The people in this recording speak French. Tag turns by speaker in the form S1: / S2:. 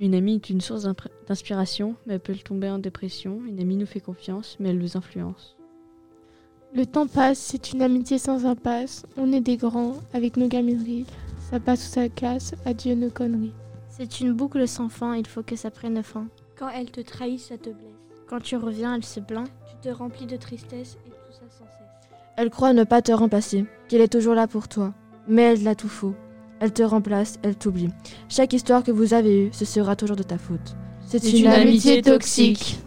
S1: Une amie est une source d'impr- d'inspiration, mais elle peut tomber en dépression. Une amie nous fait confiance, mais elle nous influence.
S2: Le temps passe, c'est une amitié sans impasse. On est des grands, avec nos gamineries. Ça passe ou ça casse, adieu nos conneries.
S3: C'est une boucle sans fin, il faut que ça prenne fin.
S4: Quand elle te trahit, ça te blesse.
S3: Quand tu reviens, elle se plaint.
S4: Tu te remplis de tristesse et tout ça sans cesse.
S5: Elle croit ne pas te remplacer, qu'elle est toujours là pour toi. Mais elle l'a tout faux. Elle te remplace, elle t'oublie. Chaque histoire que vous avez eue, ce sera toujours de ta faute.
S1: C'est une amitié toxique.